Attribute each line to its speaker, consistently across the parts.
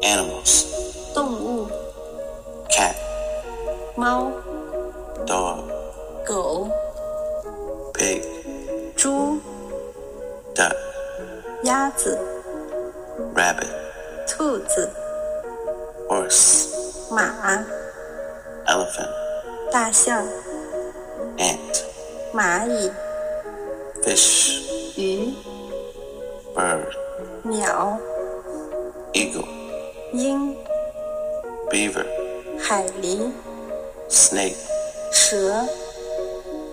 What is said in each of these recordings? Speaker 1: Animals.
Speaker 2: 动物、
Speaker 1: Cat.
Speaker 2: 猫、
Speaker 1: Dog.
Speaker 2: 狗、
Speaker 1: Pig.
Speaker 2: 猪、
Speaker 1: Duck.
Speaker 2: 鸭子、
Speaker 1: Rabbit.
Speaker 2: 兔子、
Speaker 1: Horse.
Speaker 2: 马、
Speaker 1: Elephant.
Speaker 2: 大象、
Speaker 1: Ant.
Speaker 2: 蚂蚁、
Speaker 1: Fish.
Speaker 2: 鱼、
Speaker 1: Bird.
Speaker 2: 鸟、
Speaker 1: Eagle.
Speaker 2: 鹰、
Speaker 1: Beaver.
Speaker 2: 海狸、
Speaker 1: Snake.
Speaker 2: 蛇、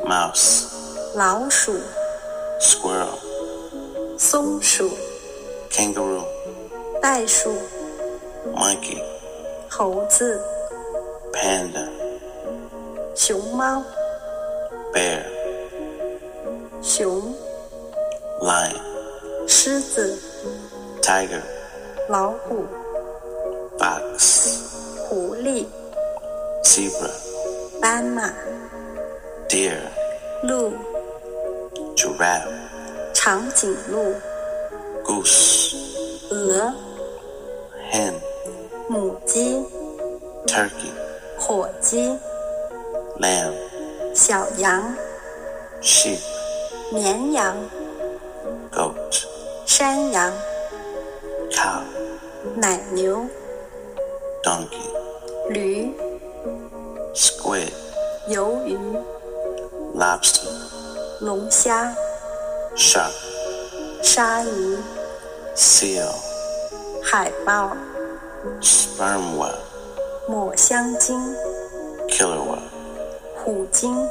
Speaker 1: Mouse.
Speaker 2: 老鼠、
Speaker 1: Squirrel.
Speaker 2: 松鼠、
Speaker 1: Kangaroo.
Speaker 2: 袋鼠、
Speaker 1: Monkey.
Speaker 2: 猴子、
Speaker 1: Panda.
Speaker 2: 熊猫、
Speaker 1: Bear.
Speaker 2: 熊、
Speaker 1: Lion.
Speaker 2: 狮子、
Speaker 1: Tiger.
Speaker 2: 老虎、
Speaker 1: Fox.
Speaker 2: 狐狸、
Speaker 1: Zebra.
Speaker 2: 斑马、
Speaker 1: Deer.
Speaker 2: 鹿、
Speaker 1: Giraffe.
Speaker 2: 长颈鹿、
Speaker 1: Goose.
Speaker 2: 鹅、
Speaker 1: Hen.
Speaker 2: 母鸡、
Speaker 1: Turkey.
Speaker 2: 火鸡、
Speaker 1: Lamb.
Speaker 2: 小羊、
Speaker 1: Sheep.
Speaker 2: 绵羊、
Speaker 1: Goat.
Speaker 2: 山羊、
Speaker 1: Cow.
Speaker 2: 奶牛、
Speaker 1: Donkey.
Speaker 2: 驴、
Speaker 1: Squid.
Speaker 2: 鱿鱼、
Speaker 1: Lobster.
Speaker 2: 龙虾、
Speaker 1: Shark.
Speaker 2: 鲨鱼、
Speaker 1: Seal.
Speaker 2: 海豹、
Speaker 1: Sperm whale.
Speaker 2: 抹香鲸、
Speaker 1: Killer whale.
Speaker 2: 虎鲸、